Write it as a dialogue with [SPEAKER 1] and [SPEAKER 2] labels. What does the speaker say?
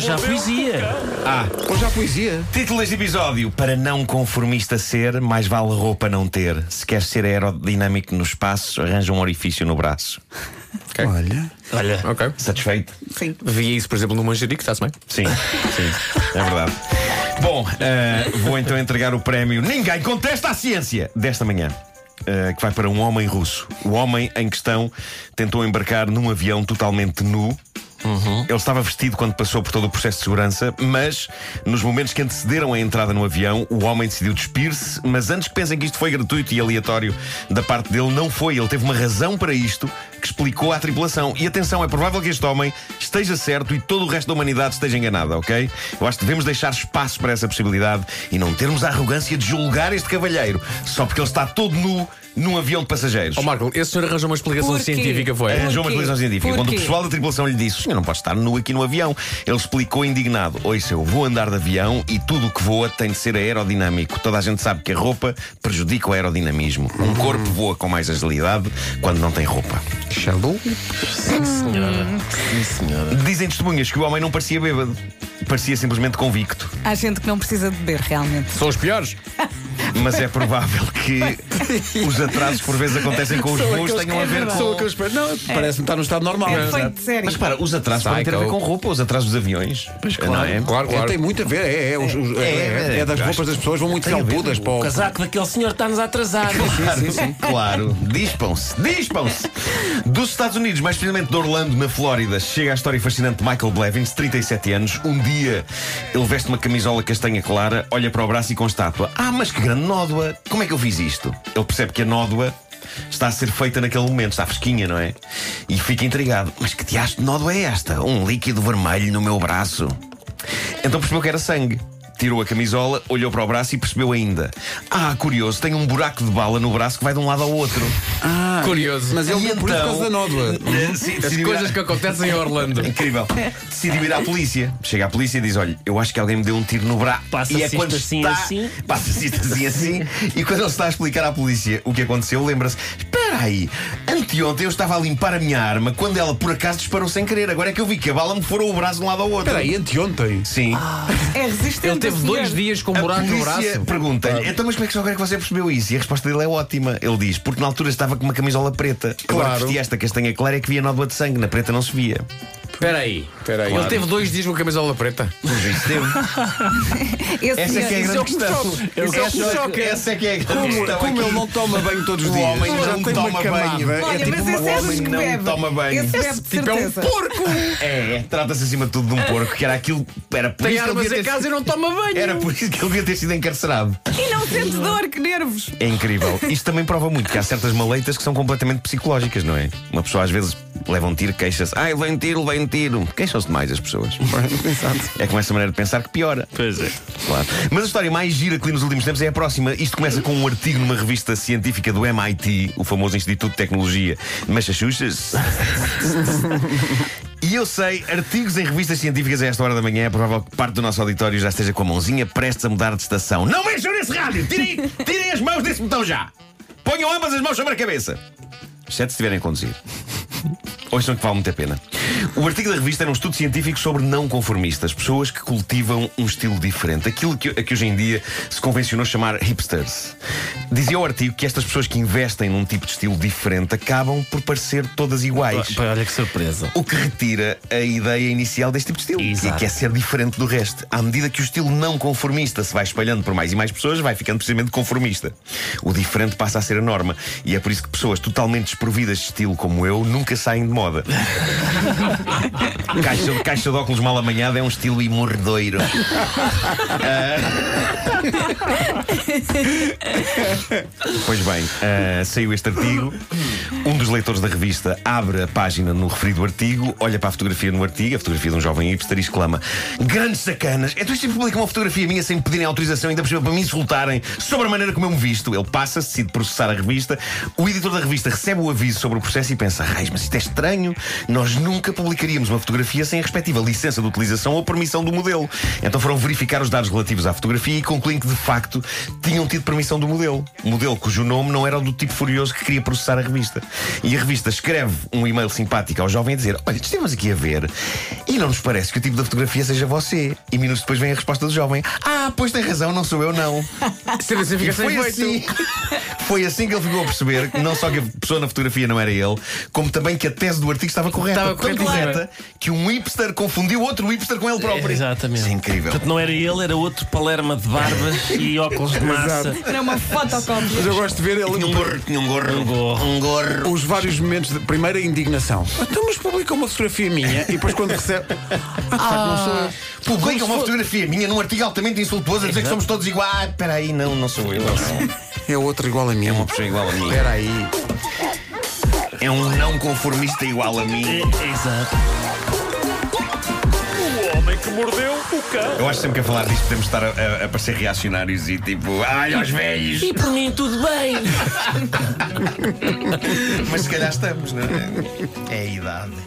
[SPEAKER 1] já poesia.
[SPEAKER 2] Ah, hoje há poesia.
[SPEAKER 3] Título deste episódio: Para não conformista ser, mais vale roupa não ter. Se queres ser aerodinâmico nos espaços, arranja um orifício no braço.
[SPEAKER 2] Olha.
[SPEAKER 1] Olha,
[SPEAKER 4] Ok.
[SPEAKER 3] Satisfeito?
[SPEAKER 5] Sim.
[SPEAKER 4] Via isso, por exemplo, no manjerico, está-se bem?
[SPEAKER 3] Sim, sim, é verdade. Bom, eh, vou então entregar o prémio Ninguém Contesta a Ciência desta manhã. eh, que vai para um homem russo. O homem em questão tentou embarcar num avião totalmente nu. Ele estava vestido quando passou por todo o processo de segurança, mas nos momentos que antecederam a entrada no avião, o homem decidiu despir-se. Mas antes que pensem que isto foi gratuito e aleatório da parte dele, não foi. Ele teve uma razão para isto que explicou à tripulação. E atenção, é provável que este homem esteja certo e todo o resto da humanidade esteja enganada, ok? Eu acho que devemos deixar espaço para essa possibilidade e não termos a arrogância de julgar este cavalheiro só porque ele está todo nu num avião de passageiros.
[SPEAKER 4] Ó, Oh, Marco, esse senhor arranjou uma explicação
[SPEAKER 5] Porquê?
[SPEAKER 4] científica, foi?
[SPEAKER 1] É.
[SPEAKER 5] Porquê?
[SPEAKER 3] Arranjou uma explicação científica.
[SPEAKER 5] Porquê?
[SPEAKER 3] Quando o pessoal da tripulação lhe disse: O senhor não pode estar nu aqui no avião, ele explicou indignado: Oi, eu vou andar de avião e tudo o que voa tem de ser aerodinâmico. Toda a gente sabe que a roupa prejudica o aerodinamismo. Um corpo voa com mais agilidade quando não tem roupa. Hum.
[SPEAKER 4] Xandu?
[SPEAKER 1] senhora. Sim, senhora.
[SPEAKER 3] Dizem testemunhas que o homem não parecia bêbado, parecia simplesmente convicto.
[SPEAKER 5] Há gente que não precisa de beber, realmente.
[SPEAKER 4] São os piores?
[SPEAKER 3] Mas é provável que os atrasos por vezes acontecem com os voos tenham a ver com.
[SPEAKER 2] Sou o que eu espero.
[SPEAKER 1] É.
[SPEAKER 2] Não, parece-me estar no estado normal.
[SPEAKER 5] É feito de série.
[SPEAKER 3] Mas para, os atrasos podem ter a ver
[SPEAKER 4] Psycho.
[SPEAKER 3] com roupa, os atrasos dos aviões. Pois Não é?
[SPEAKER 4] Claro,
[SPEAKER 2] É,
[SPEAKER 4] claro.
[SPEAKER 2] tem muito a ver, é, é, os- os- é,
[SPEAKER 3] É,
[SPEAKER 2] é, é das
[SPEAKER 3] acho-
[SPEAKER 2] roupas das pessoas, vão muito calbudas para
[SPEAKER 1] O
[SPEAKER 2] o.
[SPEAKER 1] casaco daquele senhor está-nos a atrasar.
[SPEAKER 3] Claro, claro. Dispam-se, dispam-se. Dos Estados Unidos, mais precisamente de Orlando, na Flórida, chega a história fascinante de Michael Blevins, 37 anos. Um dia ele veste uma camisola castanha clara, olha para o braço e constata: Ah, mas que grande nódoa! Como é que eu fiz isto? Ele percebe que a nódoa está a ser feita naquele momento, está fresquinha, não é? E fica intrigado: Mas que diacho de nódoa é esta? Um líquido vermelho no meu braço. Então percebeu que era sangue. Tirou a camisola, olhou para o braço e percebeu ainda. Ah, curioso, tem um buraco de bala no braço que vai de um lado ao outro.
[SPEAKER 4] Curioso.
[SPEAKER 2] Ah, Mas ele
[SPEAKER 3] E
[SPEAKER 2] não por
[SPEAKER 1] então?
[SPEAKER 2] isso, por causa da nódoa. é.
[SPEAKER 3] Eh, se-
[SPEAKER 4] As
[SPEAKER 3] decidiu ir
[SPEAKER 4] coisas
[SPEAKER 3] à-
[SPEAKER 4] que acontecem em Orlando.
[SPEAKER 3] Incrível. Decidiu ir à polícia. Chega à polícia e diz: Olha, eu acho que alguém me deu um tiro no braço.
[SPEAKER 1] Passa
[SPEAKER 3] e é
[SPEAKER 1] cisto
[SPEAKER 3] quando
[SPEAKER 1] assim,
[SPEAKER 3] está...
[SPEAKER 1] assim.
[SPEAKER 3] Passa cisto assim, assim. E quando ele está a explicar à polícia o que aconteceu, lembra-se: Espera aí, anteontem eu estava a limpar a minha arma quando ela por acaso disparou sem querer. Agora é que eu vi que a bala me furou o braço de um lado ao outro.
[SPEAKER 2] Espera aí, anteontem.
[SPEAKER 3] Sim.
[SPEAKER 5] É
[SPEAKER 4] Ele
[SPEAKER 5] resistente.
[SPEAKER 4] teve
[SPEAKER 5] o senhor.
[SPEAKER 4] dois dias com um
[SPEAKER 3] A
[SPEAKER 4] buraco no
[SPEAKER 3] polícia
[SPEAKER 4] braço.
[SPEAKER 3] pergunta-lhe, então mas como é que só agora é que você percebeu isso? E a resposta dele é ótima. Ele diz, porque na altura estava com uma camisola preta. Agora
[SPEAKER 4] Claro.
[SPEAKER 3] vestia esta castanha clara é que via nódoa de sangue, na preta não se via.
[SPEAKER 4] Espera aí.
[SPEAKER 2] Espera aí.
[SPEAKER 4] Ele teve dois dias com a camisola preta.
[SPEAKER 5] Esse
[SPEAKER 3] Essa é que é a
[SPEAKER 5] senhor-
[SPEAKER 3] grande questão.
[SPEAKER 1] É o
[SPEAKER 3] Essa-
[SPEAKER 2] choque.
[SPEAKER 3] Essa é que é a grande
[SPEAKER 2] Como,
[SPEAKER 3] questão.
[SPEAKER 2] como
[SPEAKER 3] aqui.
[SPEAKER 2] ele não toma banho todos os
[SPEAKER 3] O
[SPEAKER 2] dias,
[SPEAKER 3] homem
[SPEAKER 2] já
[SPEAKER 3] não
[SPEAKER 2] tem uma
[SPEAKER 3] toma
[SPEAKER 2] camada,
[SPEAKER 3] banho. um
[SPEAKER 2] é
[SPEAKER 5] Olha,
[SPEAKER 2] tipo
[SPEAKER 5] mas
[SPEAKER 2] uma-
[SPEAKER 5] esse é dos
[SPEAKER 3] homem
[SPEAKER 5] que
[SPEAKER 3] não
[SPEAKER 5] bebe.
[SPEAKER 3] toma banho.
[SPEAKER 5] Esse é bebe de certeza.
[SPEAKER 4] porco!
[SPEAKER 3] É, é, trata-se acima de tudo de um porco, que era aquilo. Era por
[SPEAKER 4] Tem
[SPEAKER 3] isso que ele
[SPEAKER 4] armas
[SPEAKER 3] devia
[SPEAKER 4] em
[SPEAKER 3] ter-
[SPEAKER 4] casa e não toma banho.
[SPEAKER 3] Era por isso que ele devia ter sido encarcerado.
[SPEAKER 5] E não sente dor, que nervos.
[SPEAKER 3] É incrível. Isto também prova muito que há certas maleitas que são completamente psicológicas, não é? Uma pessoa às vezes leva um tiro, queixa-se. Ai, levei um tiro, levei um tiro. Queixam-se demais as pessoas. é com essa maneira de pensar que piora.
[SPEAKER 1] Pois é.
[SPEAKER 3] Claro. Mas a história mais gira que li nos últimos tempos é a próxima. Isto começa com um artigo numa revista científica do MIT, o famoso Instituto de Tecnologia de Massachusetts. E eu sei, artigos em revistas científicas a esta hora da manhã, é provável que parte do nosso auditório já esteja com a mãozinha prestes a mudar de estação. Não mexam nesse rádio! Tirem, tirem as mãos desse botão já! Ponham ambas as mãos sobre a cabeça! Exceto se estiverem a conduzir. Ouçam que vale muito a pena. O artigo da revista era um estudo científico sobre não conformistas, pessoas que cultivam um estilo diferente, aquilo que, a que hoje em dia se convencionou chamar hipsters. Dizia o artigo que estas pessoas que investem num tipo de estilo diferente acabam por parecer todas iguais.
[SPEAKER 1] Pá, Olha que surpresa.
[SPEAKER 3] O que retira a ideia inicial deste tipo de estilo.
[SPEAKER 1] Exato.
[SPEAKER 3] E que é ser diferente do resto. À medida que o estilo não conformista se vai espalhando por mais e mais pessoas, vai ficando precisamente conformista. O diferente passa a ser a norma. E é por isso que pessoas totalmente desprovidas de estilo como eu nunca saem de moda. caixa, caixa de óculos mal amanhada é um estilo imordoiro. Pois bem, ah, saiu este artigo. Um dos leitores da revista abre a página no referido artigo, olha para a fotografia no artigo, a fotografia de um jovem hipster e exclama: Grandes sacanas! É tu isto publica uma fotografia minha sem me pedirem autorização, ainda por cima para me insultarem sobre a maneira como eu me visto. Ele passa, decide processar a revista. O editor da revista recebe o aviso sobre o processo e pensa: Raiz, mas isto é estranho. Nós nunca publicaríamos uma fotografia sem a respectiva licença de utilização ou permissão do modelo. Então foram verificar os dados relativos à fotografia e concluem que, de facto, tinham tido permissão do modelo. Um Modelo cujo nome não era o do tipo furioso que queria processar a revista. E a revista escreve um e-mail simpático ao jovem a dizer: Olha, estivemos aqui a ver e não nos parece que o tipo da fotografia seja você. E minutos depois vem a resposta do jovem: Ah, pois tem razão, não sou eu, não.
[SPEAKER 4] Sempre assim
[SPEAKER 3] E
[SPEAKER 4] fica
[SPEAKER 3] foi
[SPEAKER 4] sem
[SPEAKER 3] assim,
[SPEAKER 4] feito.
[SPEAKER 3] foi assim que ele ficou a perceber que não só que a pessoa na fotografia não era ele, como também que a tese do artigo estava correta.
[SPEAKER 4] Estava
[SPEAKER 3] Tão
[SPEAKER 4] corretíssima.
[SPEAKER 3] correta que um hipster confundiu outro hipster com ele próprio.
[SPEAKER 1] Exatamente.
[SPEAKER 3] Isso é incrível.
[SPEAKER 1] Portanto, não era ele, era outro palerma de barbas e óculos de massa.
[SPEAKER 5] Era uma
[SPEAKER 2] Mas
[SPEAKER 5] fotocópia.
[SPEAKER 2] eu gosto de ver ele
[SPEAKER 3] Tinha um gorro, tinha um gorro, um
[SPEAKER 1] gorro.
[SPEAKER 3] gorro.
[SPEAKER 2] os vários momentos. De... Primeiro a indignação. Ah, Então, mas publica uma fotografia minha e depois quando recebe. Ah.
[SPEAKER 3] Publica uma fotografia minha num artigo altamente insultuoso a dizer que somos todos iguais. Ah, Espera aí, não, não sou eu. não.
[SPEAKER 2] É outra igual a
[SPEAKER 3] É
[SPEAKER 2] minha.
[SPEAKER 3] uma pessoa igual a mim.
[SPEAKER 2] Espera aí.
[SPEAKER 3] É um não conformista igual a mim.
[SPEAKER 1] É, Exato.
[SPEAKER 3] Eu acho que sempre que a falar disto podemos estar a, a- a parecer reacionários e tipo, ai, aos velhos.
[SPEAKER 1] E por mim tudo bem.
[SPEAKER 3] Mas se calhar estamos, não é? É a idade.